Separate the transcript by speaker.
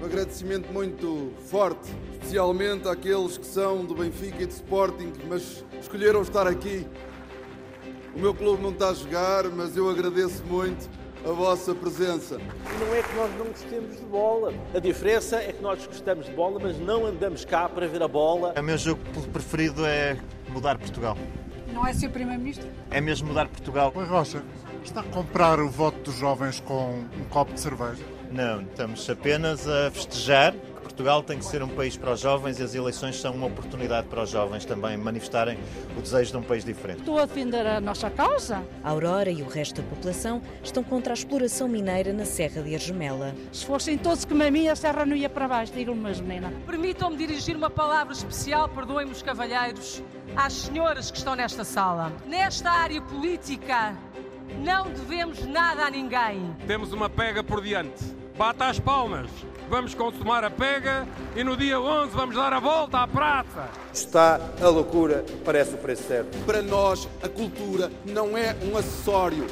Speaker 1: um agradecimento muito forte, especialmente àqueles que são do Benfica e do Sporting, mas escolheram estar aqui. O meu clube não está a jogar, mas eu agradeço muito a vossa presença.
Speaker 2: E não é que nós não gostemos de bola. A diferença é que nós gostamos de bola, mas não andamos cá para ver a bola.
Speaker 3: É O meu jogo preferido é mudar Portugal.
Speaker 4: Não é ser Primeiro-Ministro?
Speaker 3: É mesmo mudar Portugal.
Speaker 5: Oi Rocha, está a comprar o voto dos jovens com um copo de cerveja?
Speaker 3: Não, estamos apenas a festejar que Portugal tem que ser um país para os jovens e as eleições são uma oportunidade para os jovens também manifestarem o desejo de um país diferente.
Speaker 4: Estou a defender a nossa causa.
Speaker 6: A Aurora e o resto da população estão contra a exploração mineira na Serra de Argemela.
Speaker 4: Se fossem todos como a mim, a serra não ia para baixo, digo-lhe, mas menina.
Speaker 7: Permitam-me dirigir uma palavra especial, perdoem-me os cavalheiros, às senhoras que estão nesta sala. Nesta área política, não devemos nada a ninguém.
Speaker 8: Temos uma pega por diante. Bata as palmas. Vamos consumar a pega e no dia 11 vamos dar a volta à praça.
Speaker 9: Está a loucura, parece o preço certo.
Speaker 1: Para nós, a cultura não é um acessório.